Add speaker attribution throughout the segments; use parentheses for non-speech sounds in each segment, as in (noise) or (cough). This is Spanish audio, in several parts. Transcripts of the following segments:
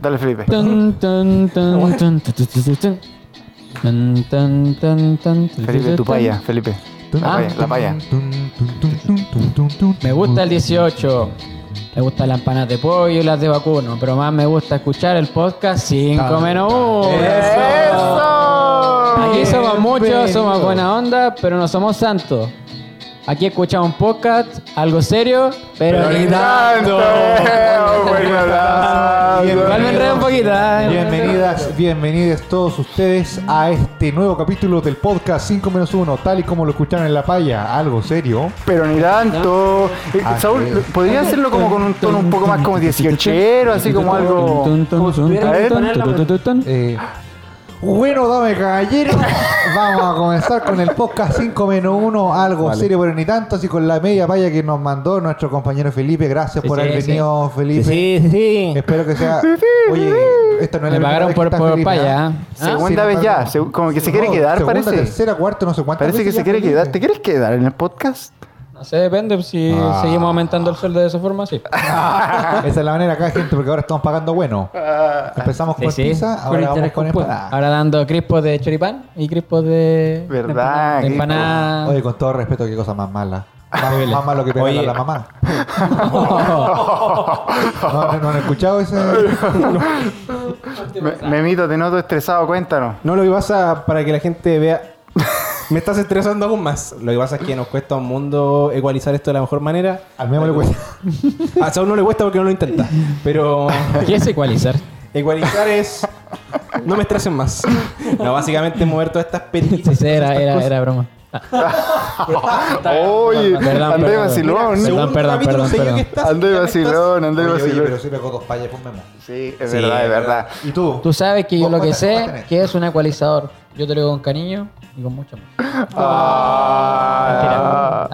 Speaker 1: Dale, Felipe.
Speaker 2: Tan, tan, tan, tan, tan, tan, tan, tan, tan, tan,
Speaker 1: Felipe, tu paya, Felipe. La
Speaker 2: Ah.
Speaker 1: paya, la paya.
Speaker 2: Me gusta el 18. Me gustan las empanadas de pollo y las de vacuno, pero más me gusta escuchar el podcast 5 menos 1.
Speaker 1: ¡Eso!
Speaker 2: Aquí somos muchos,
Speaker 3: Bienvenido.
Speaker 2: somos buena onda, pero no somos santos. Aquí escuchamos un podcast, algo serio, pero,
Speaker 3: Pero ni (laughs)
Speaker 1: ¡Tanto!
Speaker 3: Bien,
Speaker 2: Igual me enredo un poquito. ¿eh?
Speaker 3: Bienvenidas, bienvenidas todos ustedes a este nuevo capítulo del podcast 5 menos 1, tal y como lo escucharon en la paya, algo serio.
Speaker 1: Pero ni tanto. Eh,
Speaker 3: Ah, sí.
Speaker 1: Saúl, ¿podría hacerlo como con un tono un poco más como 18 así como algo.
Speaker 2: Tun, tun,
Speaker 1: como si
Speaker 2: tun,
Speaker 1: tuviera que
Speaker 2: tun, tun,
Speaker 1: ponerla-
Speaker 2: tun, tun, tun.
Speaker 3: Eh, bueno, dame caballero, vamos a comenzar con el podcast 5 menos 1, algo serio, pero ni tanto, así con la media paya que nos mandó nuestro compañero Felipe. Gracias
Speaker 2: Sí,
Speaker 3: por
Speaker 2: sí,
Speaker 3: haber
Speaker 2: sí.
Speaker 3: venido, Felipe.
Speaker 2: Sí,
Speaker 3: Eh,
Speaker 2: sí, sí.
Speaker 3: Espero que sea. Oye, esta no es la
Speaker 2: Me
Speaker 3: primera
Speaker 2: pagaron
Speaker 3: vez que
Speaker 2: por-
Speaker 3: está
Speaker 2: por
Speaker 3: Felipe,
Speaker 2: paya,
Speaker 3: ¿ah?
Speaker 2: ¿eh?
Speaker 3: Sí,
Speaker 1: Segunda
Speaker 3: sí,
Speaker 1: vez
Speaker 3: me
Speaker 1: ya,
Speaker 3: pagaron.
Speaker 1: se- como que se quiere
Speaker 3: No,
Speaker 1: quedar,
Speaker 3: segunda,
Speaker 1: parece.
Speaker 3: tercera, cuarta, no sé cuántas
Speaker 1: Parece que
Speaker 3: veces
Speaker 1: se
Speaker 3: ya
Speaker 1: quiere
Speaker 3: Felipe.
Speaker 1: quedar. ¿Te quieres quedar en el podcast?
Speaker 2: No sé, depende si
Speaker 3: Ah.
Speaker 2: seguimos aumentando el sueldo de esa forma, sí.
Speaker 3: (laughs) Esa es la manera acá, gente, porque ahora estamos pagando bueno. Empezamos con
Speaker 2: Sí, sí.
Speaker 3: pizza,
Speaker 2: Con
Speaker 3: ahora vamos
Speaker 2: interés
Speaker 3: con
Speaker 2: compuesto.
Speaker 3: empanada.
Speaker 2: Ahora dando crispos de choripán y crispos de.
Speaker 1: ¿Verdad?
Speaker 2: de empanada.
Speaker 3: Oye, con todo respeto, qué cosa más mala. Más, más malo que pegarle a la mamá. ¿No, no, no han
Speaker 1: (laughs)
Speaker 3: escuchado ese?
Speaker 1: Me- Memito, te noto estresado, cuéntanos.
Speaker 4: No, lo que pasa para que la gente vea. (laughs) Me estás estresando aún más. Lo que pasa es que nos cuesta un mundo ecualizar esto de la mejor manera.
Speaker 3: Al mismo le cuesta.
Speaker 4: A Saúl no le cuesta porque no lo intenta. Pero (laughs)
Speaker 2: ¿Qué es ecualizar?
Speaker 4: ecualizar es. No me estresen más. No, básicamente mover todas estas
Speaker 2: Sí,
Speaker 4: perillas.
Speaker 2: sí, era, era, era broma. Ah,
Speaker 1: Oye,
Speaker 2: Perdón,
Speaker 1: andé
Speaker 2: perdón.
Speaker 1: vacilón.
Speaker 2: Mira, Perdón, perdón, perdón, perdón.
Speaker 1: Andé vacilón, andé
Speaker 3: Oye, oye,
Speaker 1: vacilón.
Speaker 3: pero sí pegó dos payas, fue un memo.
Speaker 1: Sí, es verdad, es verdad.
Speaker 3: ¿Y tú?
Speaker 2: Tú sabes que yo lo que
Speaker 3: ¿Cuántas- cuántas
Speaker 2: sé
Speaker 3: tenés?
Speaker 2: que es un ecualizador. Yo te lo digo con cariño y con mucho amor.
Speaker 1: Ah,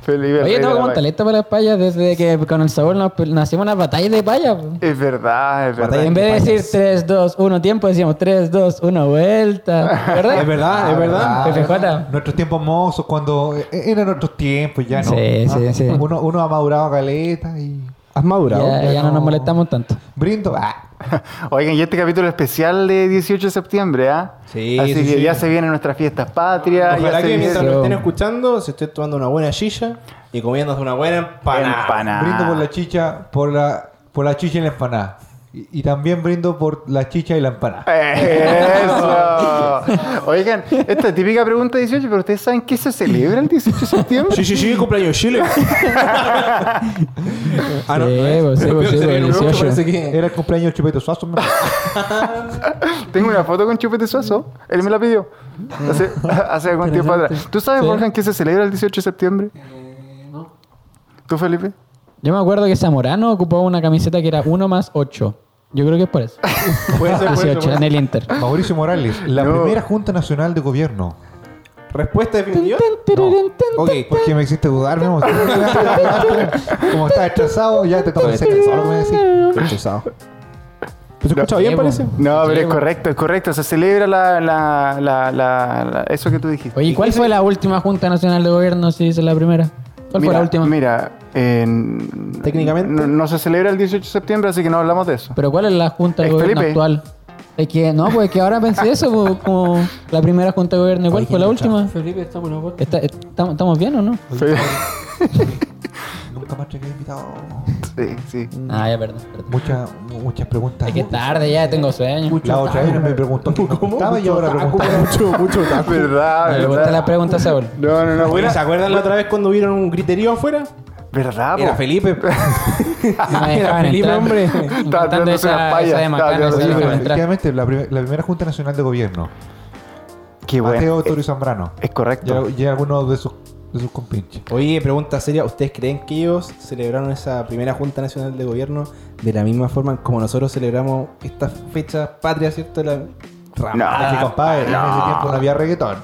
Speaker 1: Felipe Rey
Speaker 2: Oye,
Speaker 1: de
Speaker 2: tengo
Speaker 1: la
Speaker 2: como un
Speaker 1: Vaca.
Speaker 2: talento para las payas desde que con el sabor nos- nacimos una batalla de payas. po.
Speaker 1: Es verdad, es verdad.
Speaker 2: En vez de decir 3, 2, 1 tiempo, decíamos 3, 2, 1 vuelta. ¿Verdad? Ah,
Speaker 4: Es verdad, es verdad.
Speaker 2: PPJ.
Speaker 3: Nuestros tiempos mozos, cuando eh, eran nuestros tiempos ya, ¿no? Ah,
Speaker 2: Sí, sí, sí.
Speaker 3: Uno, uno ha madurado caleta y.
Speaker 4: Has madurado.
Speaker 2: Ya, ya no nos
Speaker 3: no.
Speaker 2: molestamos tanto.
Speaker 3: Brindo. Ah.
Speaker 1: Oigan, y este capítulo especial de 18 de septiembre, ¿ah?
Speaker 4: Sí,
Speaker 1: Así
Speaker 4: sí,
Speaker 1: que
Speaker 4: sí.
Speaker 1: ya se vienen nuestras fiestas patrias. ya
Speaker 4: Ojalá
Speaker 1: se
Speaker 4: que mientras
Speaker 1: vienen
Speaker 4: lo estén escuchando, se esté tomando una buena chicha y comiéndose una buena empanada.
Speaker 1: empanadas.
Speaker 3: Brindo por la chicha, por la, por la chicha y la empanada. Y, y también brindo por la chicha y la empanada.
Speaker 4: (laughs)
Speaker 1: Eso. Oigan, esta es típica pregunta 18, pero ustedes saben qué se celebra el 18 de septiembre.
Speaker 4: Sí, sí, sí, cumpleaños Chile. ah, no.
Speaker 2: Sí,
Speaker 4: no es.
Speaker 2: pues, sí,
Speaker 4: Pero
Speaker 2: pues, sí,
Speaker 4: sería
Speaker 2: pues,
Speaker 4: el ocho,
Speaker 2: 18.
Speaker 4: parece que-
Speaker 3: Era el cumpleaños del Chupete Suazo.
Speaker 4: (laughs)
Speaker 3: me-
Speaker 1: Tengo una foto con Chupete Suazo. Él me la pidió.
Speaker 4: (laughs)
Speaker 1: Hace, hace algún tiempo atrás. ¿Tú sabes,
Speaker 2: Sí.
Speaker 1: Borja, en qué se celebra el 18 de septiembre? No. ¿Tú, Felipe?
Speaker 2: Yo me acuerdo que Zamorano ocupó una camiseta que era 1 más 8. Yo creo que es por eso.
Speaker 4: Puede ser, puede ser,
Speaker 2: 18
Speaker 4: puede
Speaker 2: en
Speaker 4: ser.
Speaker 2: el Inter.
Speaker 3: Mauricio Morales, la
Speaker 1: No.
Speaker 3: primera Junta Nacional de Gobierno.
Speaker 4: Respuesta definitiva. Ok,
Speaker 3: ¿Por qué me hiciste dudar, Memo? Como estás estresado, ya te toca hacer eso. Ahora me decís.
Speaker 4: Estoy estresado. ¿Se escucha bien,
Speaker 2: Sí,
Speaker 4: parece?
Speaker 2: po.
Speaker 1: No, pero
Speaker 2: Sí,
Speaker 1: es
Speaker 2: po.
Speaker 1: correcto, es correcto. Se celebra la, la, la, la- la- eso que tú dijiste.
Speaker 2: Oye, ¿cuál fue la última Junta Nacional de Gobierno si dice la primera? ¿Cuál fue
Speaker 1: Mira,
Speaker 2: la última?
Speaker 1: Mira, en-
Speaker 4: Técnicamente.
Speaker 1: No, no se celebra el 18 de septiembre, así que no hablamos de
Speaker 4: (laughs)
Speaker 1: eso.
Speaker 2: ¿Pero cuál es la Junta de
Speaker 1: Es
Speaker 2: Gobierno
Speaker 1: Felipe.
Speaker 2: actual? Es que, no, pues es que ahora pensé eso, po, como la primera Junta de Gobierno. ¿Cuál fue la última? Felipe, estamos ¿Estamos bien o no?
Speaker 3: Nunca más tragué invitado.
Speaker 1: Sí, sí.
Speaker 2: Ah, ya, perdón. perdón.
Speaker 3: Muchas, muchas preguntas.
Speaker 2: Es que es tarde ya, tengo sueño.
Speaker 3: La otra vez me preguntó que
Speaker 4: ¿Cómo?
Speaker 3: estaba y
Speaker 4: Mucho
Speaker 3: ahora
Speaker 4: otaku,
Speaker 3: preguntaba.
Speaker 4: mucho, mucho otaku.
Speaker 1: Verdad,
Speaker 2: Me
Speaker 1: verdad.
Speaker 2: gustan las preguntas, Saúl.
Speaker 1: No, no, no.
Speaker 4: Oye,
Speaker 1: Buena.
Speaker 4: ¿Se acuerdan la otra vez cuando vieron un griterío afuera?
Speaker 1: Verdad, po.
Speaker 4: Era Felipe.
Speaker 2: No me
Speaker 4: Era
Speaker 2: dejaban
Speaker 4: Felipe,
Speaker 2: entrar.
Speaker 4: hombre.
Speaker 1: Estaba
Speaker 2: Contando
Speaker 1: tirándose
Speaker 2: esa,
Speaker 1: unas
Speaker 2: esa
Speaker 1: payas,
Speaker 2: de
Speaker 1: estaba
Speaker 2: Macana,
Speaker 1: tirándose unas
Speaker 2: esa de
Speaker 3: Oye, pero
Speaker 1: payas.
Speaker 2: entrar.
Speaker 3: efectivamente, la, prim- la primera Junta Nacional de Gobierno.
Speaker 1: Qué bueno.
Speaker 3: Mateo
Speaker 1: Eh,
Speaker 3: Toro Zambrano.
Speaker 1: Es correcto.
Speaker 3: Y, y algunos de sus, de sus compinches.
Speaker 4: Oye, pregunta seria. ¿Ustedes creen que ellos celebraron esa primera Junta Nacional de Gobierno de la misma forma como nosotros celebramos esta fecha patria, ¿cierto? La...
Speaker 2: Ah,
Speaker 3: Así,
Speaker 1: No,
Speaker 3: compadre, en ese tiempo no había reggaetón.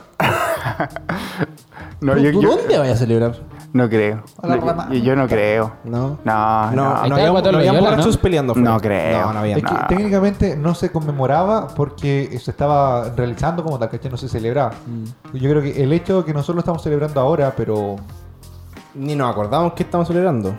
Speaker 1: no,
Speaker 4: ¿Tú-
Speaker 1: yo,
Speaker 4: tú
Speaker 1: yo-
Speaker 4: ¿Dónde vayas a celebrar?
Speaker 1: no creo.
Speaker 3: A la
Speaker 1: No,
Speaker 3: rama.
Speaker 1: yo, yo no creo.
Speaker 4: No.
Speaker 1: No, no.
Speaker 2: Ahí
Speaker 4: No, no,
Speaker 2: está
Speaker 4: había,
Speaker 2: Guatón
Speaker 4: no había
Speaker 2: Loyola,
Speaker 4: borrachos
Speaker 2: ¿no?
Speaker 4: peleando.
Speaker 1: No
Speaker 4: afuera.
Speaker 1: creo.
Speaker 4: No, no había.
Speaker 3: Es que
Speaker 1: no.
Speaker 3: técnicamente no se conmemoraba porque se estaba realizando como tal, ¿cachai? No se celebraba.
Speaker 2: Mm.
Speaker 3: Yo creo que el hecho de que nosotros lo estamos celebrando ahora, pero
Speaker 4: Ni nos acordamos que estamos celebrando.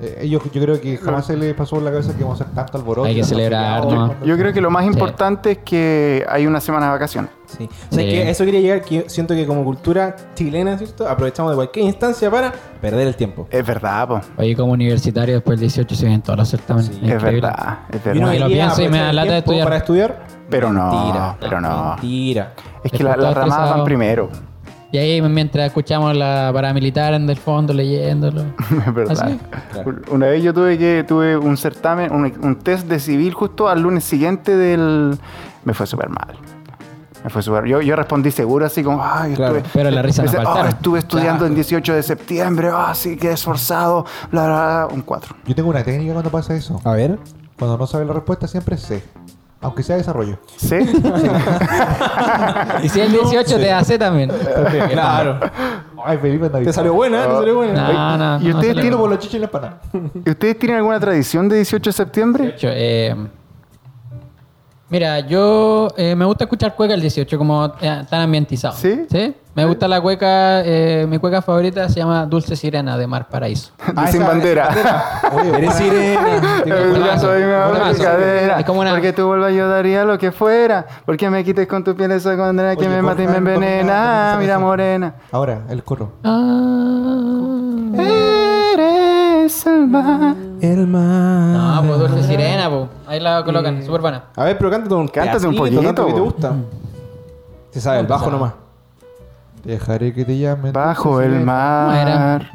Speaker 3: Eh, ellos, yo creo que jamás se les pasó por la cabeza que vamos a hacer tanto alboroto.
Speaker 2: Hay que
Speaker 3: tanto
Speaker 2: celebrar,
Speaker 3: feriado,
Speaker 2: ¿no?
Speaker 3: tanto-
Speaker 1: Yo creo que lo más importante es que hay una semana de vacaciones.
Speaker 4: Sí. O sea,
Speaker 2: Sí.
Speaker 4: que a eso quería llegar, que yo siento que como cultura chilena, ¿cierto? Aprovechamos de cualquier instancia para perder el tiempo.
Speaker 1: Es verdad, po.
Speaker 2: Oye, como universitario, después del 18 se vienen todos los certámenes.
Speaker 4: Sí.
Speaker 1: Es
Speaker 2: Increíble.
Speaker 1: verdad, es
Speaker 4: Yo no
Speaker 1: verdad.
Speaker 2: que lo
Speaker 4: quería
Speaker 2: pienso y me da
Speaker 4: aprovechar el
Speaker 2: lata de
Speaker 4: tiempo
Speaker 2: estudiar.
Speaker 4: Para estudiar.
Speaker 1: Pero no,
Speaker 4: Mentira,
Speaker 1: pero no.
Speaker 4: Mentira.
Speaker 1: Es que la- las ramas van primero. (laughs)
Speaker 2: Y ahí mientras escuchamos la paramilitar en el fondo leyéndolo.
Speaker 1: Es verdad.
Speaker 2: Así
Speaker 4: Claro.
Speaker 1: Una vez yo tuve que tuve un certamen, un, un test de civil justo al lunes siguiente del. Me fue súper mal. Me fue súper. Yo, yo respondí seguro así como, ay,
Speaker 4: Claro,
Speaker 1: estuve,
Speaker 2: pero la risa no
Speaker 1: "Ah,
Speaker 2: faltaron".
Speaker 1: estuve estudiando
Speaker 4: Claro.
Speaker 1: el 18 de septiembre, ah, sí, que esforzado, bla, bla, bla, un 4.
Speaker 3: Yo tengo una técnica cuando pasa eso.
Speaker 4: A ver.
Speaker 3: Cuando no sabes la respuesta, siempre sé. Aunque sea desarrollo.
Speaker 1: ¿Sí?
Speaker 2: (laughs) Y si el 18 te hace también.
Speaker 4: Claro.
Speaker 3: Ay, Felipe anda
Speaker 4: Te salió buena, te salió buena.
Speaker 2: No, no,
Speaker 1: ¿y
Speaker 2: no
Speaker 1: ustedes
Speaker 2: se le-
Speaker 3: Tiro por los chichos y la empanada.
Speaker 1: ¿Y ustedes tienen alguna tradición de 18 de septiembre?
Speaker 2: Yo, eh, mira, yo eh, me gusta escuchar cueca el 18, como eh, tan ambientizado.
Speaker 1: ¿Sí?
Speaker 2: Me gusta la cueca, eh, mi cueca favorita se llama Dulce Sirena de Mar Paraíso.
Speaker 1: De (laughs) sin bandera.
Speaker 3: Oye,
Speaker 4: Eres sirena.
Speaker 1: (laughs) El brazo de mi amor,
Speaker 2: Buenazo.
Speaker 1: mi cadera.
Speaker 2: Es como una-
Speaker 1: Porque tú vuelvas yo daría lo que fuera. Porque me quites con tu piel esa condena que
Speaker 3: Oye,
Speaker 1: me
Speaker 3: por
Speaker 1: mata y me
Speaker 3: favor, domina,
Speaker 1: envenena. Ah,
Speaker 3: domina,
Speaker 1: Mira
Speaker 3: domina.
Speaker 1: morena.
Speaker 3: Ahora, el coro.
Speaker 2: Ah.
Speaker 1: Eres el mar.
Speaker 4: El
Speaker 2: No,
Speaker 4: mar.
Speaker 2: pues Dulce Sirena, pues. Ahí la colocan, súper buena.
Speaker 4: A ver, pero cántate un
Speaker 1: Cántate un
Speaker 4: pedacito,
Speaker 1: poquito,
Speaker 4: tanto que te
Speaker 1: po.
Speaker 4: gusta. Se sabe, el
Speaker 2: pues,
Speaker 4: bajo nomás.
Speaker 3: Dejaré que te llamen.
Speaker 1: Bajo el mar.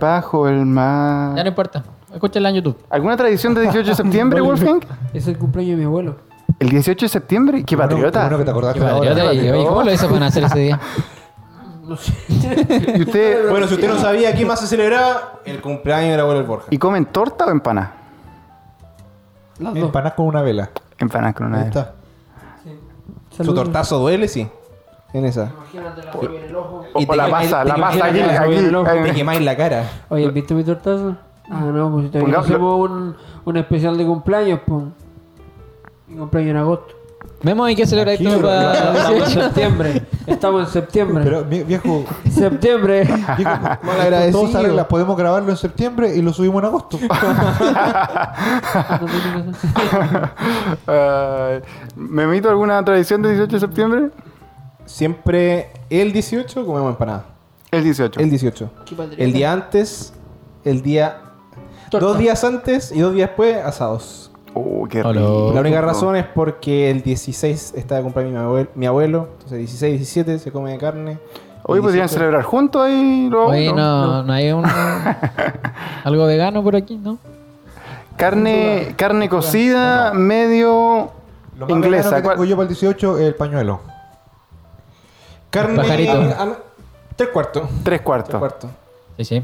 Speaker 1: Bajo el
Speaker 2: Ya no
Speaker 1: mar.
Speaker 2: importa. Escúchala en YouTube.
Speaker 1: ¿Alguna tradición de
Speaker 2: (laughs)
Speaker 1: 18 de septiembre, Wolfgang?
Speaker 5: Es el cumpleaños de mi abuelo.
Speaker 1: ¿El 18 de septiembre? ¡Qué
Speaker 3: Bueno, qué bueno que
Speaker 1: patriota!
Speaker 3: te acordaste
Speaker 2: Qué
Speaker 3: ahora.
Speaker 2: patriota, y- oye, ¿Cómo lo hizo para hacer ese día?
Speaker 1: (laughs) ¿Y usted-
Speaker 4: (laughs) Bueno, si usted no sabía qué más se celebraba, el cumpleaños del abuelo del Borja.
Speaker 1: ¿Y comen torta o empanada?
Speaker 5: Las dos.
Speaker 3: Empanadas con una vela.
Speaker 1: Empanadas con una E.
Speaker 4: Ahí
Speaker 1: vez.
Speaker 4: está. Su
Speaker 5: Saludos.
Speaker 4: tortazo duele, sí. En esa.
Speaker 1: O
Speaker 4: Y te
Speaker 1: la
Speaker 4: quema-
Speaker 1: masa,
Speaker 4: te
Speaker 1: la
Speaker 4: quema-
Speaker 1: masa
Speaker 4: te
Speaker 1: aquí,
Speaker 4: quema-
Speaker 1: aquí.
Speaker 4: Te quemáis la cara.
Speaker 5: Oye, ¿viste mi tortazo? Ah, no, pues si todavía no
Speaker 1: Pongámoslo.
Speaker 5: hacemos un, un especial de cumpleaños, pues. Mi cumpleaños en agosto.
Speaker 2: Memo, ¿y qué celebráis tú para
Speaker 5: Estamos en septiembre. Estamos en septiembre.
Speaker 3: Pero,
Speaker 1: (laughs)
Speaker 3: mi- viejo,
Speaker 5: Septiembre.
Speaker 3: Digo,
Speaker 4: agradecido.
Speaker 3: todos salen, las podemos grabarlo en septiembre y lo subimos
Speaker 1: (laughs)
Speaker 3: en agosto.
Speaker 1: Ah, ¿Me mito alguna tradición de 18 de septiembre?
Speaker 4: Siempre el 18 comemos empanada.
Speaker 1: El 18.
Speaker 4: El 18. El día antes, el día.
Speaker 5: Torta.
Speaker 4: Dos días antes y dos días después, asados.
Speaker 1: Oh, qué
Speaker 2: Hola.
Speaker 1: rico.
Speaker 4: La única razón es porque el 16 está de cumpleaños mi abuelo, mi abuelo. Entonces, 16, 17 se come de carne.
Speaker 1: Hoy
Speaker 4: El
Speaker 1: podrían
Speaker 4: 18
Speaker 1: celebrar juntos ahí los
Speaker 2: Oye,
Speaker 1: abuelos.
Speaker 2: no, no hay un... algo vegano por aquí, ¿no?
Speaker 1: Carne, carne cocida, medio
Speaker 3: Lo más
Speaker 1: inglesa.
Speaker 3: vegano que tengo
Speaker 1: ¿Cuál-
Speaker 3: yo para el 18 es el pañuelo.
Speaker 4: Carne.
Speaker 2: Pajarito.
Speaker 4: al- Tres cuartos.
Speaker 1: Tres
Speaker 4: Tres
Speaker 1: cuartos.
Speaker 4: cuartos.
Speaker 2: Sí, sí.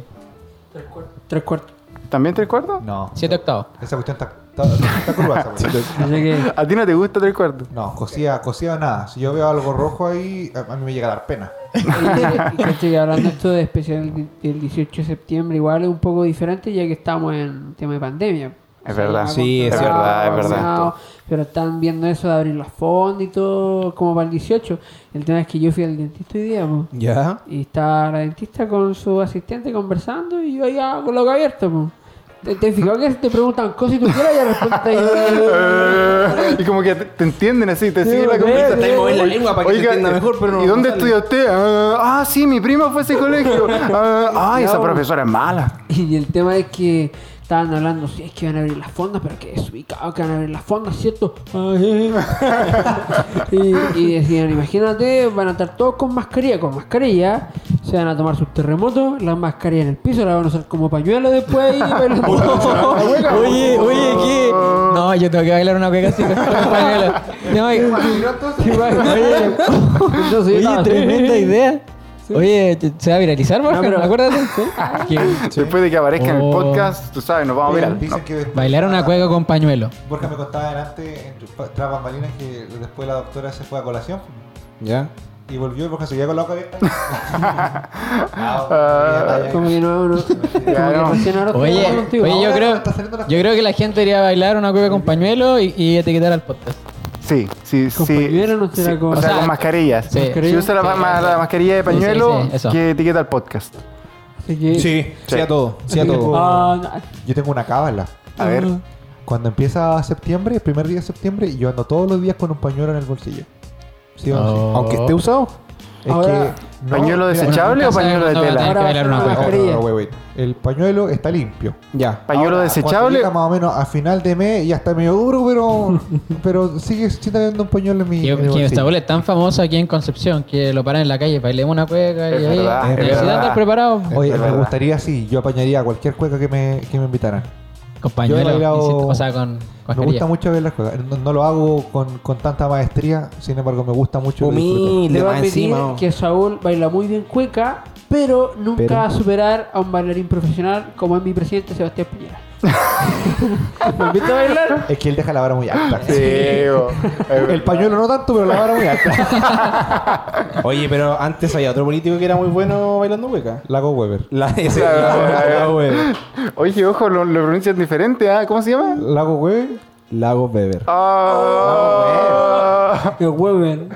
Speaker 5: Tres cuartos.
Speaker 1: ¿También tres cuartos?
Speaker 3: No.
Speaker 2: Siete octavos.
Speaker 3: Esa cuestión está, está, está curva. esa cuestión.
Speaker 5: Así que.
Speaker 1: (laughs) ¿A ti no te gusta tres
Speaker 4: (laughs)
Speaker 1: cuartos?
Speaker 3: No, cocida, cocida nada. Si yo veo algo rojo ahí, a a mí me llega a dar pena.
Speaker 1: (laughs)
Speaker 5: y caché, Este, hablando esto de especial di- del 18 de septiembre, igual es un poco diferente ya que estamos en tema de pandemia.
Speaker 1: Es verdad.
Speaker 4: Sí, es
Speaker 5: controlado,
Speaker 1: verdad, es verdad.
Speaker 5: ordenado, Pero están viendo eso de abrir las fondas y todo, como para el 18. El tema es que yo fui al dentista hoy día, po,
Speaker 4: Ya.
Speaker 5: y estaba la dentista con su asistente conversando y yo ya con lo que abierto. po. ¿Te, te fijas que te preguntan cosas y tú quieres y
Speaker 1: (laughs)
Speaker 5: ya respondes ahí.
Speaker 1: Eh, y como que te, te entienden así, te siguen la
Speaker 5: ve,
Speaker 1: conversación.
Speaker 5: ve, Está ahí
Speaker 4: moviendo la lengua para que se entienda mejor, pero no-
Speaker 1: ¿Y dónde
Speaker 4: no sale.
Speaker 1: estudia usted? Ah, ah, sí, mi prima fue a ese
Speaker 4: (laughs)
Speaker 1: colegio. Ah, ay, esa
Speaker 5: No.
Speaker 1: profesora es mala.
Speaker 5: (laughs) Y el tema es que estaban hablando, si es que van a abrir las fondas, pero que es ubicado que van a abrir las fondas, ¿cierto? Ay, ay. y, y decían, imagínate, van a estar todos con mascarilla, con mascarilla, se van a tomar sus terremotos, las mascarillas en el piso, las van a usar como pañuelo después y bailan.
Speaker 2: Oye, oye, ¿qué? No, yo tengo que bailar una cueca así con un pañuelo. No, y-
Speaker 1: (laughs)
Speaker 5: Oye, Entonces, yo
Speaker 2: oye,
Speaker 5: estaba-
Speaker 2: tremenda idea. Oye, te- se va a viralizar, Borja,
Speaker 5: No, pero-
Speaker 2: acuérdate. Que
Speaker 1: Después de que aparezca en el
Speaker 2: Oh.
Speaker 1: podcast, tú sabes, nos vamos a ver.
Speaker 3: Dicen que después-
Speaker 2: Bailar una cueca con pañuelo.
Speaker 3: Borja me contaba delante, en tu- tras bambalinas, que después la doctora se fue a colación
Speaker 4: Ya.
Speaker 3: y volvió y Borja seguía con la boca (laughs) abierta. Ah,
Speaker 5: Como que no, no.
Speaker 1: Claro.
Speaker 5: Como que recién ahora estoy
Speaker 2: Oye,
Speaker 5: hablando contigo.
Speaker 2: oye, yo
Speaker 3: Ahora
Speaker 2: creo,
Speaker 3: está saliendo la-
Speaker 2: yo creo que la gente debería bailar una cueca con pañuelo y, y etiquetar al podcast.
Speaker 1: Sí, sí,
Speaker 5: ¿Con
Speaker 1: sí.
Speaker 5: pañuelo no será
Speaker 1: sí, O
Speaker 5: con-
Speaker 1: sea,
Speaker 2: o sea,
Speaker 1: con mascarillas.
Speaker 2: sí.
Speaker 1: Si usa la,
Speaker 2: Sí.
Speaker 1: ma- la mascarilla de pañuelo,
Speaker 2: sí, eso.
Speaker 1: que etiqueta el podcast.
Speaker 5: Así que-
Speaker 4: Sí, sí,
Speaker 1: Sí.
Speaker 4: a todo, sí a todo.
Speaker 5: Ah, na-
Speaker 3: Yo tengo una cábala.
Speaker 1: A ver.
Speaker 3: Mm. Cuando empieza septiembre, el primer día de septiembre, yo ando todos los días con un pañuelo en el bolsillo. ¿Sí o no?
Speaker 2: Oh.
Speaker 4: Aunque esté usado.
Speaker 3: Es
Speaker 5: Ahora,
Speaker 3: que. no,
Speaker 1: ¿Pañuelo
Speaker 3: mira,
Speaker 1: desechable o
Speaker 2: nunca
Speaker 1: pañuelo de
Speaker 2: sabe cuándo va a
Speaker 1: tela?
Speaker 2: tener
Speaker 5: Ahora
Speaker 2: que
Speaker 5: va a
Speaker 2: bailar
Speaker 5: ser
Speaker 2: una
Speaker 5: una
Speaker 2: cueca.
Speaker 3: No,
Speaker 5: mascarilla.
Speaker 3: no, no, wait, wait. El pañuelo está limpio.
Speaker 4: Ya.
Speaker 1: ¿Pañuelo
Speaker 3: Ahora, cuando
Speaker 1: desechable?
Speaker 3: llega Más o menos a final de mes y hasta medio duro, pero.
Speaker 1: (laughs)
Speaker 3: pero sigue sigue habiendo un pañuelo en mi.
Speaker 2: Que,
Speaker 3: en mi
Speaker 2: que esta
Speaker 3: bolsillo.
Speaker 2: bola es tan famosa aquí en Concepción que lo paran en la calle, bailemos una cueca
Speaker 1: Es
Speaker 2: y ahí.
Speaker 1: verdad,
Speaker 3: es
Speaker 2: Necesitan
Speaker 1: verdad.
Speaker 2: estar preparados.
Speaker 3: Oye,
Speaker 1: Es
Speaker 3: me
Speaker 1: verdad.
Speaker 3: gustaría, sí, yo apañaría a cualquier cueca que me, que me invitaran.
Speaker 2: Con
Speaker 3: Yo he
Speaker 2: pañuelos,
Speaker 3: bailado-
Speaker 2: insisto, o sea, con con
Speaker 3: Me
Speaker 2: mascarilla.
Speaker 3: gusta mucho ver las cuecas. No, no lo hago con, con tanta maestría, sin embargo, me gusta mucho. y lo disfruto.
Speaker 4: Humilde,
Speaker 5: Debo
Speaker 4: más
Speaker 5: admitir
Speaker 1: oh.
Speaker 4: encima.
Speaker 5: que Saúl baila muy bien cueca, pero nunca
Speaker 4: Pero-
Speaker 5: va a superar a un bailarín profesional como es mi presidente Sebastián Piñera. ¿Me han visto bailar?
Speaker 3: Es que él deja la vara muy alta.
Speaker 1: (laughs) Sí, bo.
Speaker 3: El pañuelo no tanto, pero la vara muy alta. (laughs)
Speaker 4: Oye, pero antes había otro político que era muy bueno bailando hueca.
Speaker 3: Lago Weber.
Speaker 4: La
Speaker 1: (laughs)
Speaker 4: ese,
Speaker 1: La-
Speaker 4: la-
Speaker 1: la-
Speaker 4: Lago Weber.
Speaker 1: Oye, ojo, lo, lo pronuncian diferente, ¿ah? ¿Cómo se llama?
Speaker 3: Lago Weber.
Speaker 4: Lago Weber.
Speaker 1: Ah,
Speaker 5: Que hueven.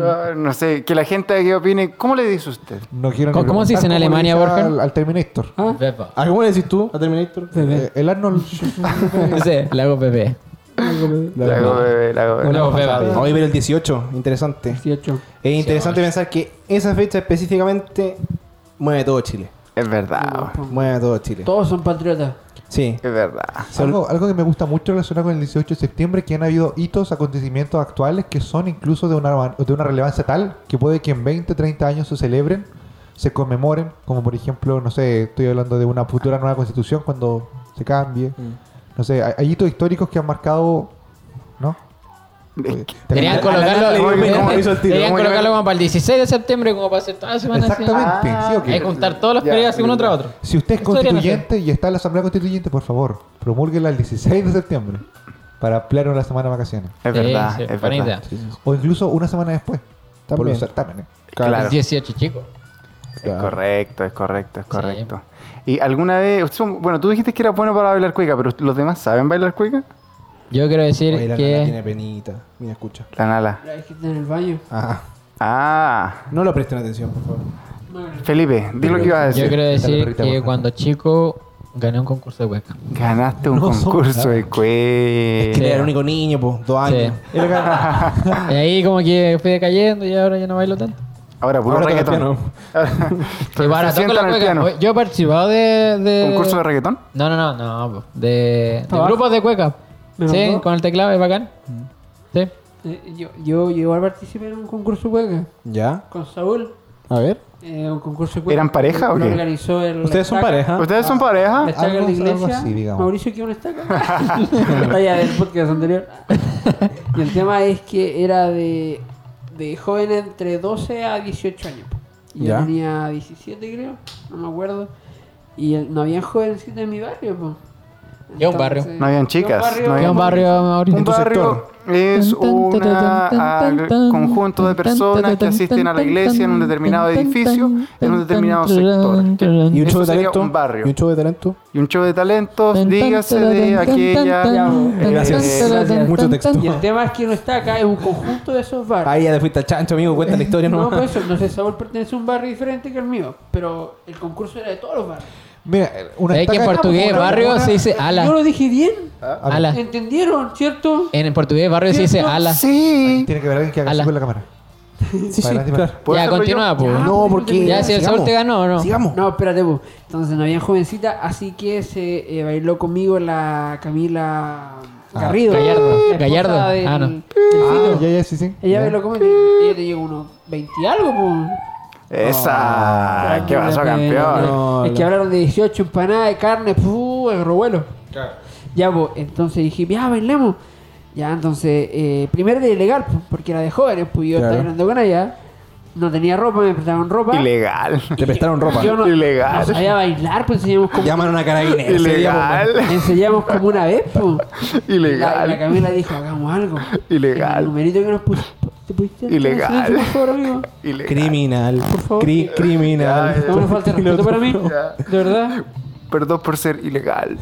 Speaker 1: ah, no sé, que la gente que opine, ¿cómo le dice usted?
Speaker 3: No quiero ni
Speaker 2: ¿Cómo- cómo se dice en
Speaker 3: preguntar cómo le
Speaker 2: Alemania,
Speaker 3: dice
Speaker 2: Borja?
Speaker 3: Al, al Terminator.
Speaker 5: ¿Ah?
Speaker 2: Pepa. (laughs)
Speaker 4: ¿A cómo le decís tú a Terminator?
Speaker 5: Bebé.
Speaker 3: Eh, el Arnold. Schwarzenegger.
Speaker 2: No sé, le hago bebé.
Speaker 5: Algo bebé.
Speaker 1: La go- bebé, la go-
Speaker 2: Le hago
Speaker 4: Oye,
Speaker 2: beba.
Speaker 4: pero el 18, interesante.
Speaker 5: 18.
Speaker 4: Es interesante pensar que esa fecha específicamente mueve todo Chile.
Speaker 1: Es verdad, bo.
Speaker 4: Mueve todo Chile.
Speaker 5: Todos son patriotas.
Speaker 4: Sí.
Speaker 1: es verdad.
Speaker 3: algo, algo que me gusta mucho relacionado con el 18 de septiembre es que han habido hitos, acontecimientos actuales que son incluso de una, de una relevancia tal que puede que en 20, 30 años se celebren, se conmemoren, como por ejemplo, no sé, estoy hablando de una futura nueva constitución cuando se cambie. No sé, hay, hay hitos históricos que han marcado, ¿no? Eh,
Speaker 1: Es que-
Speaker 2: Deberían
Speaker 3: Terminar-
Speaker 2: colocarlo,
Speaker 1: le dio un
Speaker 2: deberían-
Speaker 1: compromiso al tiro.
Speaker 2: deberían
Speaker 1: Muy
Speaker 2: colocarlo
Speaker 1: bien.
Speaker 2: como para el 16 de septiembre, como para hacer toda la semana. así.
Speaker 3: Exactamente,
Speaker 1: Ah,
Speaker 3: sí o qué?
Speaker 2: Hay que juntar todos los
Speaker 1: Ya,
Speaker 2: periodos así uno tras otro.
Speaker 3: Si usted es
Speaker 2: Eso deberían
Speaker 3: constituyente y está en la Asamblea Constituyente, por favor, promulguela el 16 de septiembre para ampliar la semana de vacaciones.
Speaker 1: Es
Speaker 2: Sí,
Speaker 1: verdad,
Speaker 2: sí,
Speaker 1: es
Speaker 2: buena
Speaker 1: verdad.
Speaker 2: idea.
Speaker 3: O incluso una semana después. eh. Por
Speaker 4: También.
Speaker 3: los certámenes.
Speaker 1: Claro.
Speaker 2: El 18, chicos.
Speaker 1: Es correcto, es correcto, es correcto. ¿Y alguna vez, son- bueno, tú dijiste que era bueno para bailar cueca, pero los demás saben bailar cueca?
Speaker 2: Yo quiero decir
Speaker 4: Oye, la nana
Speaker 2: que.
Speaker 4: tiene penita. Mira, escucha.
Speaker 1: La nala.
Speaker 5: La dijiste en el baño.
Speaker 4: Ajá.
Speaker 1: Ah,
Speaker 4: No lo presten atención, por favor.
Speaker 1: Felipe, di lo que ibas a
Speaker 2: Yo quiero
Speaker 1: decir.
Speaker 3: la
Speaker 2: decir
Speaker 3: perrita
Speaker 2: que
Speaker 3: Borja.
Speaker 2: cuando chico gané un concurso de hueca.
Speaker 1: Ganaste un
Speaker 3: No son-
Speaker 1: concurso de cueca.
Speaker 4: Que él era el único niño, pues, dos
Speaker 2: Sí.
Speaker 4: años.
Speaker 3: Era ca-
Speaker 1: Ah.
Speaker 2: Y ahí como que fui decayendo y ahora ya no bailo tanto.
Speaker 1: Ahora, puro
Speaker 4: Ahora toca el
Speaker 1: reggaetón. (laughs)
Speaker 2: Y
Speaker 1: Ahora,
Speaker 2: barato
Speaker 1: se
Speaker 2: con la
Speaker 1: sientan al
Speaker 2: cueca.
Speaker 1: piano.
Speaker 2: Oye, Yo he participado de. de...
Speaker 1: ¿Concurso de Ah. reggaetón?
Speaker 2: No, no, no, no. po. De, de
Speaker 5: Abajo.
Speaker 2: grupos de cueca.
Speaker 5: Menos
Speaker 2: Sí,
Speaker 5: dos.
Speaker 2: con el teclado es bacán.
Speaker 1: Mm.
Speaker 2: Sí.
Speaker 5: Eh, yo, yo, yo igual participé en un concurso hueca
Speaker 4: Ya.
Speaker 5: con Saúl.
Speaker 4: A ver.
Speaker 5: eh, un concurso hueca.
Speaker 1: ¿Eran pareja o
Speaker 5: Lo
Speaker 1: qué?
Speaker 5: organizó el.
Speaker 4: Ustedes son
Speaker 5: Estaca.
Speaker 4: pareja.
Speaker 1: ¿Ustedes son
Speaker 5: La
Speaker 1: pareja?
Speaker 5: estaca de
Speaker 3: Ah, Algo-
Speaker 5: la
Speaker 3: algo
Speaker 5: iglesia.
Speaker 3: así, digamos.
Speaker 5: Mauricio que una (laughs) estaca. Talla del podcast anterior. y el tema es que era de, de joven entre 12 a 18 años. Y
Speaker 4: Ya.
Speaker 5: yo tenía 17 creo, no me acuerdo. Y el- no había jovencitos en mi barrio. Po.
Speaker 2: Ya un barrio.
Speaker 5: Entonces-
Speaker 1: No habían chicas,
Speaker 5: Ya
Speaker 1: no
Speaker 2: ¿Qué
Speaker 1: habían-
Speaker 2: un barrio, Mauricio?
Speaker 1: Un barrio es un conjunto de personas que asisten a la iglesia en un determinado edificio, en un determinado sector.
Speaker 4: Y un show de
Speaker 1: Eso sería
Speaker 4: talento.
Speaker 1: un barrio.
Speaker 4: Y un show de talento.
Speaker 1: Y un show de talentos, dígase de aquella... eh,
Speaker 4: Gracias. Mucho texto.
Speaker 5: Y el tema es que una estaca es un conjunto de esos barrios.
Speaker 4: Ahí ya te fuiste al chancho, amigo. Cuenta la historia
Speaker 5: No,
Speaker 4: nomás.
Speaker 5: por eso, no sé, Saúl pertenece a un barrio diferente que el mío, pero el concurso era de todos los barrios.
Speaker 3: Mira, eh, una
Speaker 2: Es que en
Speaker 3: estaca-
Speaker 2: portugués
Speaker 3: una-
Speaker 2: barrio
Speaker 3: una- Ah,
Speaker 2: se dice
Speaker 5: Yo
Speaker 2: ala.
Speaker 5: lo dije bien.
Speaker 3: ver.
Speaker 2: Ala.
Speaker 5: ¿Entendieron, cierto?
Speaker 2: En portugués barrio se dice ala.
Speaker 1: Sí.
Speaker 3: Tiene que ver alguien que haga
Speaker 2: Ala.
Speaker 3: así con la cámara.
Speaker 4: sí,
Speaker 3: Para Ah, adelante, para-
Speaker 1: ¿Puedo
Speaker 2: Ya,
Speaker 1: hacerlo
Speaker 2: continúa,
Speaker 1: yo?
Speaker 2: pues.
Speaker 4: No, porque.
Speaker 2: Ya, si el
Speaker 4: sigamos.
Speaker 2: Saúl te ganó o no.
Speaker 4: Sigamos.
Speaker 5: No, espérate, bu. Entonces no había jovencita, así que se eh, bailó conmigo la Camila Garrido.
Speaker 2: Gallardo.
Speaker 5: la esposa
Speaker 2: Gallardo.
Speaker 5: del-
Speaker 2: Ah, no.
Speaker 5: del
Speaker 3: Ah,
Speaker 5: Fito.
Speaker 3: ya, ya, sí, sí.
Speaker 5: Ella
Speaker 3: Ya.
Speaker 5: bailó como. Ella tenía unos 20 y algo, pues.
Speaker 1: Esa. Ah,
Speaker 5: Ah,
Speaker 1: ¿Qué pasó,
Speaker 5: No,
Speaker 1: campeón?
Speaker 5: no, no. Es que hablaron de 18 empanadas de carne, ¡puh! El revuelo. Ya, pues, entonces dije, ya, bailemos. Ya, entonces, eh, primero era ilegal, pues, porque era de jóvenes, pues yo
Speaker 4: Claro.
Speaker 5: estaba bailando con ella. No tenía ropa, me prestaban ropa.
Speaker 1: Ilegal.
Speaker 4: Te prestaron ropa.
Speaker 5: Yo no,
Speaker 1: Ilegal.
Speaker 5: no sabía bailar, pues enseñamos como,
Speaker 4: Llamaron a carabinero. ese día, pues,
Speaker 1: Ilegal.
Speaker 5: enseñamos como una vez, pues. La, la
Speaker 1: Ilegal.
Speaker 5: Camila dijo, hagamos algo.
Speaker 1: Ilegal.
Speaker 5: El numerito que nos pusiste, ¿te pudiste
Speaker 1: Ilegal.
Speaker 5: hacer eso, Por favor, amigo.
Speaker 4: bueno.
Speaker 1: Ilegal.
Speaker 4: Criminal.
Speaker 5: Por favor.
Speaker 4: Cri-
Speaker 1: Ya,
Speaker 4: criminal.
Speaker 1: ya.
Speaker 5: Es una falta de respeto para mí, de verdad.
Speaker 1: Perdón por ser ilegal.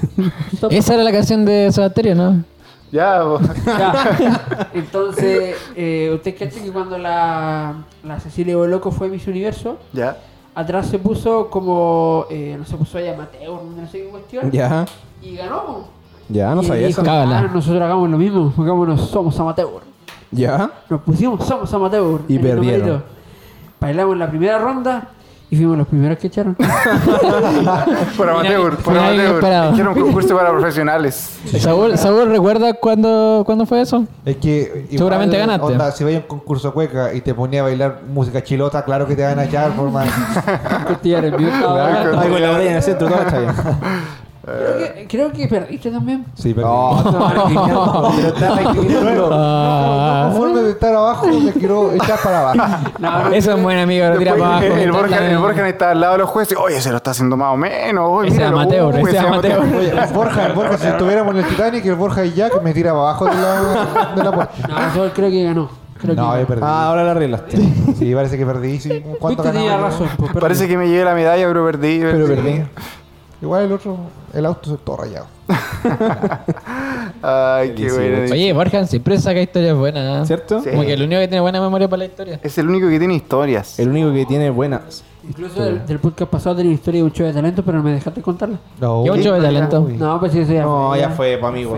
Speaker 5: Stop.
Speaker 2: Esa era la canción de Sobaterio, ¿no?
Speaker 1: ya, vos.
Speaker 5: Ya. Entonces, eh, ustedes cachan que cuando la, la Cecilia Boloco fue Miss Universo,
Speaker 1: (laughs) ya.
Speaker 5: Atrás se puso como, eh, no se puso ahí amateur, no sé qué cuestión.
Speaker 4: Ya,
Speaker 5: Y ganó.
Speaker 4: ya, no
Speaker 5: Y
Speaker 4: sabía
Speaker 5: dijo,
Speaker 4: eso.
Speaker 2: Cábala.
Speaker 5: "Ah, nosotros hagamos lo mismo, hagámonos somos amateur.
Speaker 4: Ya,
Speaker 5: Nos pusimos somos amateur.
Speaker 4: Y
Speaker 5: en el
Speaker 4: perdieron.
Speaker 5: numerito. Bailamos la primera ronda y fuimos los primeros que
Speaker 4: (laughs)
Speaker 5: echaron.
Speaker 1: Por amateur, por
Speaker 2: mira, inesperado.
Speaker 1: amateur. Quiero un concurso para profesionales.
Speaker 2: Saúl, Saúl, ¿recuerda cuándo, cuándo fue eso?
Speaker 3: Es que igual,
Speaker 2: Seguramente ganaste.
Speaker 3: Onda, si veía un concurso cueca y te ponía a bailar música chilota, claro que te van a echar por más.
Speaker 5: Costillar en vivo, estaba
Speaker 1: Claro,
Speaker 5: hablando.
Speaker 4: Ay, con la orilla en el centro, todo
Speaker 2: (laughs)
Speaker 4: está bien.
Speaker 5: Creo que- Creo que perdiste también.
Speaker 3: Sí, pero.
Speaker 4: No,
Speaker 5: (laughs)
Speaker 4: no,
Speaker 2: (laughs)
Speaker 4: pero está recriminando.
Speaker 2: Ah.
Speaker 3: Conforme de estar abajo, me quiero echar para
Speaker 2: (laughs)
Speaker 3: abajo.
Speaker 2: Eso es un buen amigo, lo tira
Speaker 1: Después,
Speaker 2: para abajo.
Speaker 1: el, el Borja, el Borja está al lado de los jueces. Oye, se lo está haciendo más o menos. Oye,
Speaker 2: Ese
Speaker 1: míralo,
Speaker 2: amateur,
Speaker 1: uy,
Speaker 2: ese amateur.
Speaker 3: Oye, el Borja, el Borja, si estuviéramos en el Titanic, el Borja y Jack me tira para abajo de la, de la puerta.
Speaker 5: No, yo creo que ganó. Creo
Speaker 3: No,
Speaker 5: que
Speaker 3: yo
Speaker 5: ganó.
Speaker 3: perdí.
Speaker 4: Ah, ahora la arreglaste.
Speaker 3: Sí, parece que perdí. Sí. ¿Cuánto
Speaker 5: Viste, tenía
Speaker 3: ganaba?
Speaker 5: razón. pues, perdí.
Speaker 1: Parece que me llevé la medalla, pero perdí.
Speaker 4: Pero
Speaker 1: perdí.
Speaker 4: perdí.
Speaker 3: Igual el otro, el auto todo rayado.
Speaker 1: Ay, qué
Speaker 4: Buenísimo.
Speaker 1: bueno.
Speaker 2: Oye, Borja siempre saca historias buenas. ¿eh?
Speaker 4: ¿Cierto?
Speaker 1: Sí.
Speaker 2: Como que el único que tiene buena memoria para la historia.
Speaker 1: Es el único que tiene historias.
Speaker 4: El único que tiene buenas.
Speaker 5: Incluso del, del podcast pasado tenía una historia de un show de talento, pero no me dejaste contarla.
Speaker 3: No,
Speaker 2: Qué un show de talento.
Speaker 3: Uy.
Speaker 5: No, pues sí, eso ya
Speaker 4: No, ya fue, pa' amigo.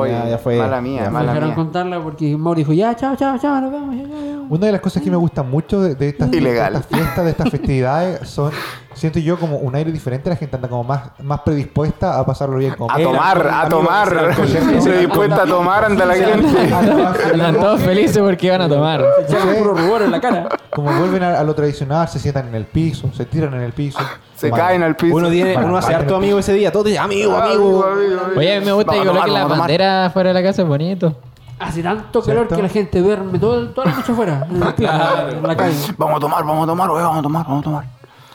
Speaker 1: Oye,
Speaker 4: Ya- ya fue.
Speaker 1: Mala mía,
Speaker 4: Ya
Speaker 5: Me
Speaker 1: mala
Speaker 5: dejaron
Speaker 1: mía.
Speaker 5: contarla porque Mauro dijo, ya, chao, chao, chao, nos vemos. ya, ya, ya".
Speaker 3: Una de las cosas que me gusta mucho de, de estas,
Speaker 1: Ilegal.
Speaker 3: de estas fiestas, de estas festividades, son, siento yo, como un aire diferente. La gente anda como más, más predispuesta a pasarlo bien. Como,
Speaker 1: A
Speaker 4: El
Speaker 1: tomar,
Speaker 4: alcohol,
Speaker 1: a
Speaker 4: amigo,
Speaker 1: tomar. (laughs)
Speaker 4: el alcohol.
Speaker 1: Estoy dispuesta a tomar, anda la gente.
Speaker 2: Están todos felices porque iban a tomar.
Speaker 5: Echaron
Speaker 4: eh.
Speaker 5: puro rubor en la cara.
Speaker 3: como vuelven a, a lo tradicional, se sientan en el piso, se tiran en el piso.
Speaker 1: (laughs) Se
Speaker 3: Vale.
Speaker 1: caen al piso.
Speaker 4: Uno, tiene,
Speaker 3: Para-
Speaker 4: uno hace
Speaker 3: para-
Speaker 4: harto amigo ese día. Todos dicen, amigo,
Speaker 1: Amigo,
Speaker 4: amigo.
Speaker 1: amigo, amigo.
Speaker 2: Oye, a mí me gusta que
Speaker 1: Vamos a tomar,
Speaker 2: coloquen la
Speaker 1: vamos a tomar.
Speaker 2: bandera fuera de la casa, es bonito.
Speaker 5: Hace tanto calor
Speaker 3: ¿Cierto?
Speaker 5: que la gente duerme todo, toda la noche afuera,
Speaker 3: (laughs)
Speaker 5: en, el piso, en la calle.
Speaker 1: Vamos a tomar, vamos a tomar, oye, vamos a tomar, vamos a tomar.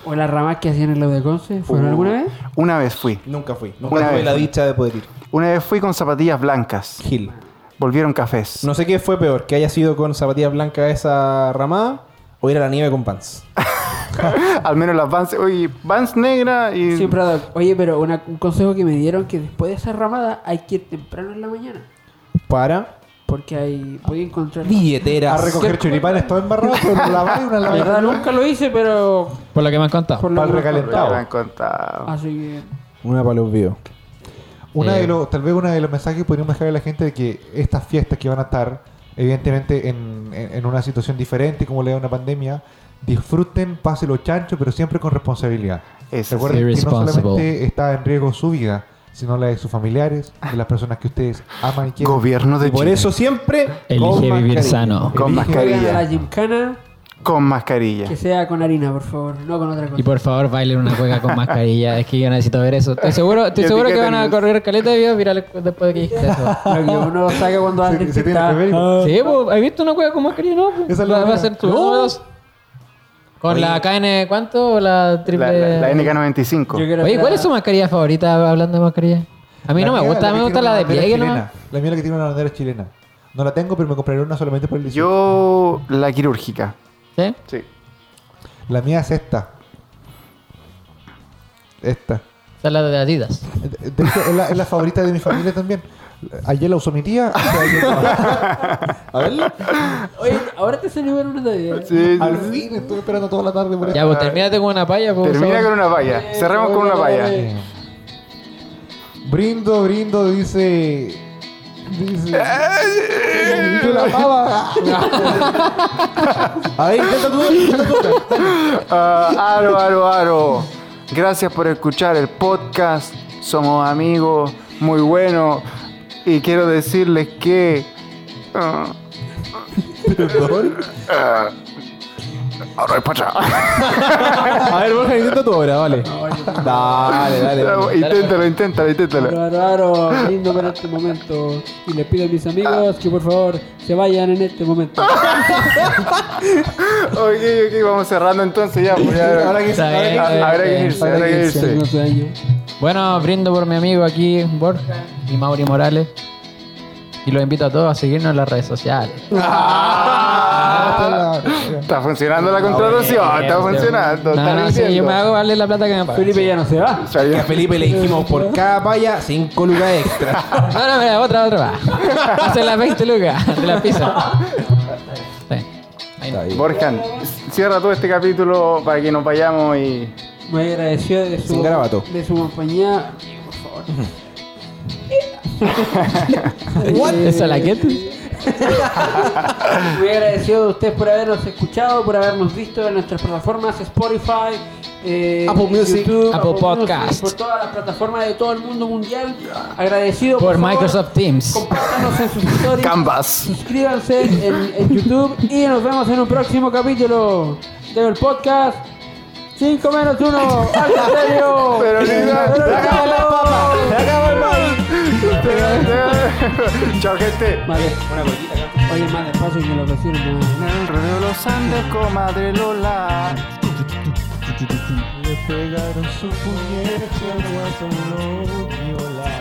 Speaker 1: Uh.
Speaker 5: O las ramas que hacían en la de Conce, ¿fueron alguna vez?
Speaker 1: Una vez fui.
Speaker 4: Nunca fui.
Speaker 1: Una
Speaker 4: Nunca tuve
Speaker 1: vez.
Speaker 4: la dicha de poder ir.
Speaker 1: Una vez fui con zapatillas blancas.
Speaker 4: Gil.
Speaker 1: Volvieron cafés.
Speaker 4: No sé qué fue peor, que haya sido con zapatillas blancas esa ramada o ir a la nieve con pants.
Speaker 1: (laughs) Al menos las Vans. Oye, Vans negra y.
Speaker 5: Siempre ha dado- Oye, pero una- un consejo que me dieron que después de esa ramada hay que ir temprano en la mañana.
Speaker 4: Para
Speaker 5: Porque ahí voy a encontrar...
Speaker 3: A
Speaker 4: billeteras.
Speaker 3: recoger churipanes todo embarrado, pero la laváis una
Speaker 5: La
Speaker 3: lavada.
Speaker 5: verdad nunca lo hice, pero...
Speaker 2: Por lo que me han contado.
Speaker 5: por lo
Speaker 3: Pa'l
Speaker 5: que me
Speaker 3: recalentado.
Speaker 1: Me han contado.
Speaker 5: Así que...
Speaker 4: Una para los vivos.
Speaker 3: Una
Speaker 2: Eh.
Speaker 3: de los, tal vez uno de los mensajes que podríamos dejar a la gente de que estas fiestas que van a estar, evidentemente, en, en- en una situación diferente, como le da una pandemia, disfruten, pase los chanchos, pero siempre con responsabilidad.
Speaker 1: Eso
Speaker 3: Recuerden
Speaker 2: sí.
Speaker 3: que no
Speaker 2: Irresponsible.
Speaker 3: solamente está en riesgo su vida, sino la de sus familiares, de las personas que ustedes aman y quieren.
Speaker 1: Gobierno de
Speaker 4: Y por
Speaker 1: Chile.
Speaker 4: eso siempre. con
Speaker 2: Elige vivir
Speaker 4: mascarilla.
Speaker 2: sano.
Speaker 1: Con
Speaker 3: Elige-
Speaker 5: Oigan, a la
Speaker 1: mascarilla.
Speaker 5: gimcana,
Speaker 1: Con mascarilla.
Speaker 5: que sea con harina, por favor, no con otra cosa.
Speaker 2: Y por favor, bailen una cueca con mascarilla. Es que yo necesito ver eso. Estoy seguro, estoy
Speaker 1: Y
Speaker 2: seguro que van a
Speaker 1: etiquétennos.
Speaker 2: correr caleta de videos virales después de que dijiste
Speaker 3: (laughs)
Speaker 2: eso.
Speaker 5: Lo que uno saca cuando
Speaker 3: Se-
Speaker 5: alguien
Speaker 3: se tiene
Speaker 5: está-
Speaker 3: que ver y-
Speaker 2: Sí, pues, ¿has visto una cueva con mascarilla? No, pues.
Speaker 3: Esa es la
Speaker 2: va, va a
Speaker 3: primera.
Speaker 2: ser tu
Speaker 3: No.
Speaker 2: número dos. Con la KN, ¿cuánto? ¿O la triple?
Speaker 1: La, la- la
Speaker 5: Yo
Speaker 1: NK95.
Speaker 5: quiero
Speaker 2: Oye, ¿cuál
Speaker 5: ver
Speaker 2: es su mascarilla favorita hablando de mascarilla? A mí no
Speaker 3: La
Speaker 2: me
Speaker 3: mía,
Speaker 2: gusta,
Speaker 3: que
Speaker 2: me gusta
Speaker 3: tiene
Speaker 2: la
Speaker 3: una
Speaker 2: de
Speaker 3: bandera
Speaker 2: pliegue
Speaker 3: chilena.
Speaker 2: nomás.
Speaker 3: La mía la que tiene una bandera chilena. No la tengo, pero me compraré una solamente por el diseño.
Speaker 1: Yo, la quirúrgica.
Speaker 2: ¿Sí?
Speaker 1: Sí.
Speaker 3: La mía es esta. Esta.
Speaker 2: Esa es la de Adidas.
Speaker 3: De- de hecho, es la, es la favorita de mi familia también. Ayer la usó mi tía. anteayer no.
Speaker 4: (laughs) A verla.
Speaker 5: a- Oye, ahora te salió ver una de...
Speaker 1: Sí,
Speaker 3: Al
Speaker 1: sí, sí.
Speaker 3: fin, estuve esperando toda la tarde por
Speaker 2: Ya,
Speaker 3: esto.
Speaker 2: pues termínate con una palla. Pues,
Speaker 1: Termina
Speaker 2: Saúl.
Speaker 1: con una valla. Cerramos con una valla.
Speaker 3: Eh, Brindo, brindo, dice. Dice.
Speaker 4: (laughs)
Speaker 3: Yo la amaba.
Speaker 4: A ver, intenta tú. intenta tú.
Speaker 1: Ah, aro, aro, aro. Gracias por escuchar el podcast. Somos amigos, muy bueno. Y quiero decirles que. ah,
Speaker 4: Perdón.
Speaker 1: ah, ahora es para atrás.
Speaker 4: A ver, Borja, intenta tú ahora, vale. Dale, dale.
Speaker 1: (laughs)
Speaker 4: dale.
Speaker 1: Inténtalo, inténtalo, inténtalo.
Speaker 5: Raro, raro, lindo para este momento. Y les pido a mis amigos que por favor se vayan en este momento.
Speaker 2: Ah.
Speaker 1: Ok, ok, vamos cerrando entonces ya. pues, (laughs) ya.
Speaker 3: Ahora que-
Speaker 2: Está bien,
Speaker 1: Ah,
Speaker 2: está bien,
Speaker 1: Habrá
Speaker 2: está
Speaker 1: que
Speaker 2: bien.
Speaker 1: irse, habrá que irse.
Speaker 5: No sueño.
Speaker 2: Bueno, brindo por mi amigo aquí, Borja y Mauri Morales. Y los invito a todos a seguirnos en las redes sociales.
Speaker 1: Ah, Está funcionando la contratación, está funcionando.
Speaker 2: No,
Speaker 1: está
Speaker 2: no, sí, yo
Speaker 1: rindiendo.
Speaker 2: me hago valer la plata que me pagan.
Speaker 5: Felipe ya no se va.
Speaker 4: Que a
Speaker 1: Salió-
Speaker 4: Felipe le dijimos por cada valla 5 lucas extra.
Speaker 2: No, no,
Speaker 5: (laughs)
Speaker 2: mira, otra, otra. Va. Hace las 20 lucas de la pizza. Sí.
Speaker 4: Está bien.
Speaker 1: Borjan, cierra tú este capítulo para que nos vayamos y. (laughs)
Speaker 5: Muy agradecido de
Speaker 4: Sin
Speaker 5: su,
Speaker 4: garabato.
Speaker 5: de su compañía. Amigo, por favor.
Speaker 2: What? ¿Esa la que
Speaker 5: Muy agradecido de ustedes por habernos escuchado, por habernos visto en nuestras plataformas Spotify, eh,
Speaker 4: Apple Music,
Speaker 5: YouTube,
Speaker 2: Apple
Speaker 5: Music,
Speaker 2: Podcast.
Speaker 5: por todas las plataformas de todo el mundo mundial. Agradecido
Speaker 2: Por
Speaker 5: favor,
Speaker 2: Microsoft Teams.
Speaker 5: Compártanos en sus historias.
Speaker 1: Canvas.
Speaker 5: Suscríbanse en, en YouTube y nos vemos en un próximo capítulo del podcast 5 menos 1. ¡Alto serio!
Speaker 1: Pero ni nada.
Speaker 5: Pero ni nada.
Speaker 1: Chao, gente.
Speaker 5: Madre, Oye, más despacio que los vecinos. ¿no?
Speaker 1: En el rodeo los Andes, comadre Lola.
Speaker 3: Le pegaron su puñete al guapo, lo violaron.